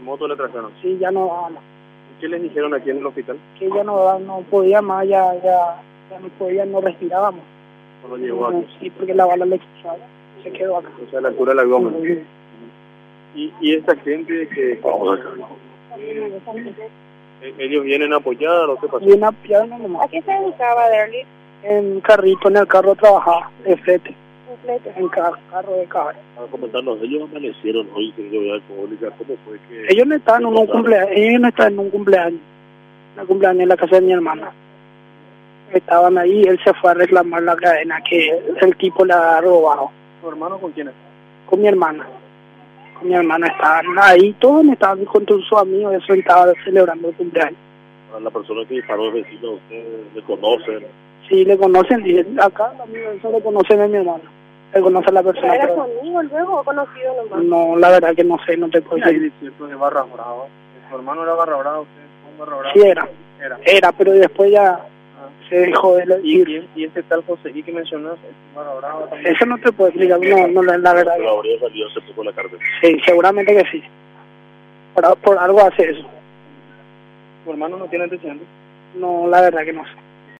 moto le atracaron. Sí, ya no daba más. ¿Qué les dijeron aquí en el hospital Que ya no, daba- no podía más, ya, ya, ya no podía, no respirábamos. cuando llegó aquí? Sí, porque la bala le expulsaba. Se quedó acá. O sea, la altura del abdomen. ¿Y, y esta gente que eh, ellos vienen a apoyar o qué pasó? Y una pierna nomás. ¿A qué se dedicaba Derlis? En carrito, en el carro trabajaba, de frente, Complete. en ca- carro de cabra. a comentarnos, ellos amanecieron hoy sin bebida alcohólica, ¿cómo fue que...? Ellos no estaban en un cumpleaños, ellos no estaban en un cumpleaños, en el cumpleaños en la casa de mi hermana. Estaban ahí, él se fue a reclamar la cadena que el tipo le había robado ¿Tu hermano con quién está? con mi hermana. Con mi hermana estaban ahí, todos estaban con todos sus amigos, eso estaba celebrando el cumpleaños. A la persona que disparó el vecino, ustedes le conocen, Sí, le conocen, dicen, acá los amigos eso le conocen a mi hermana, le conoce a la persona, ¿Era su pero amigo luego o conocido nomás? no, la verdad que no sé, no te puedo Hay decir. disciertos de Barra Brava. ¿Tu hermano era Barra Brava? ¿Ustedes son Barra Brava? Sí era, Era. era, pero después ya Ah. se dejó de ¿Y, decir. y, y este tal José I que mencionas? ¿Es Barra Brava también? Eso no te puedo explicar, no, no, la- la verdad que pero habría salido hace poco de la cárcel. Sí, seguramente que sí. Por, por algo hace eso. ¿Tu hermano no tiene antecedentes? No, la verdad que no sé.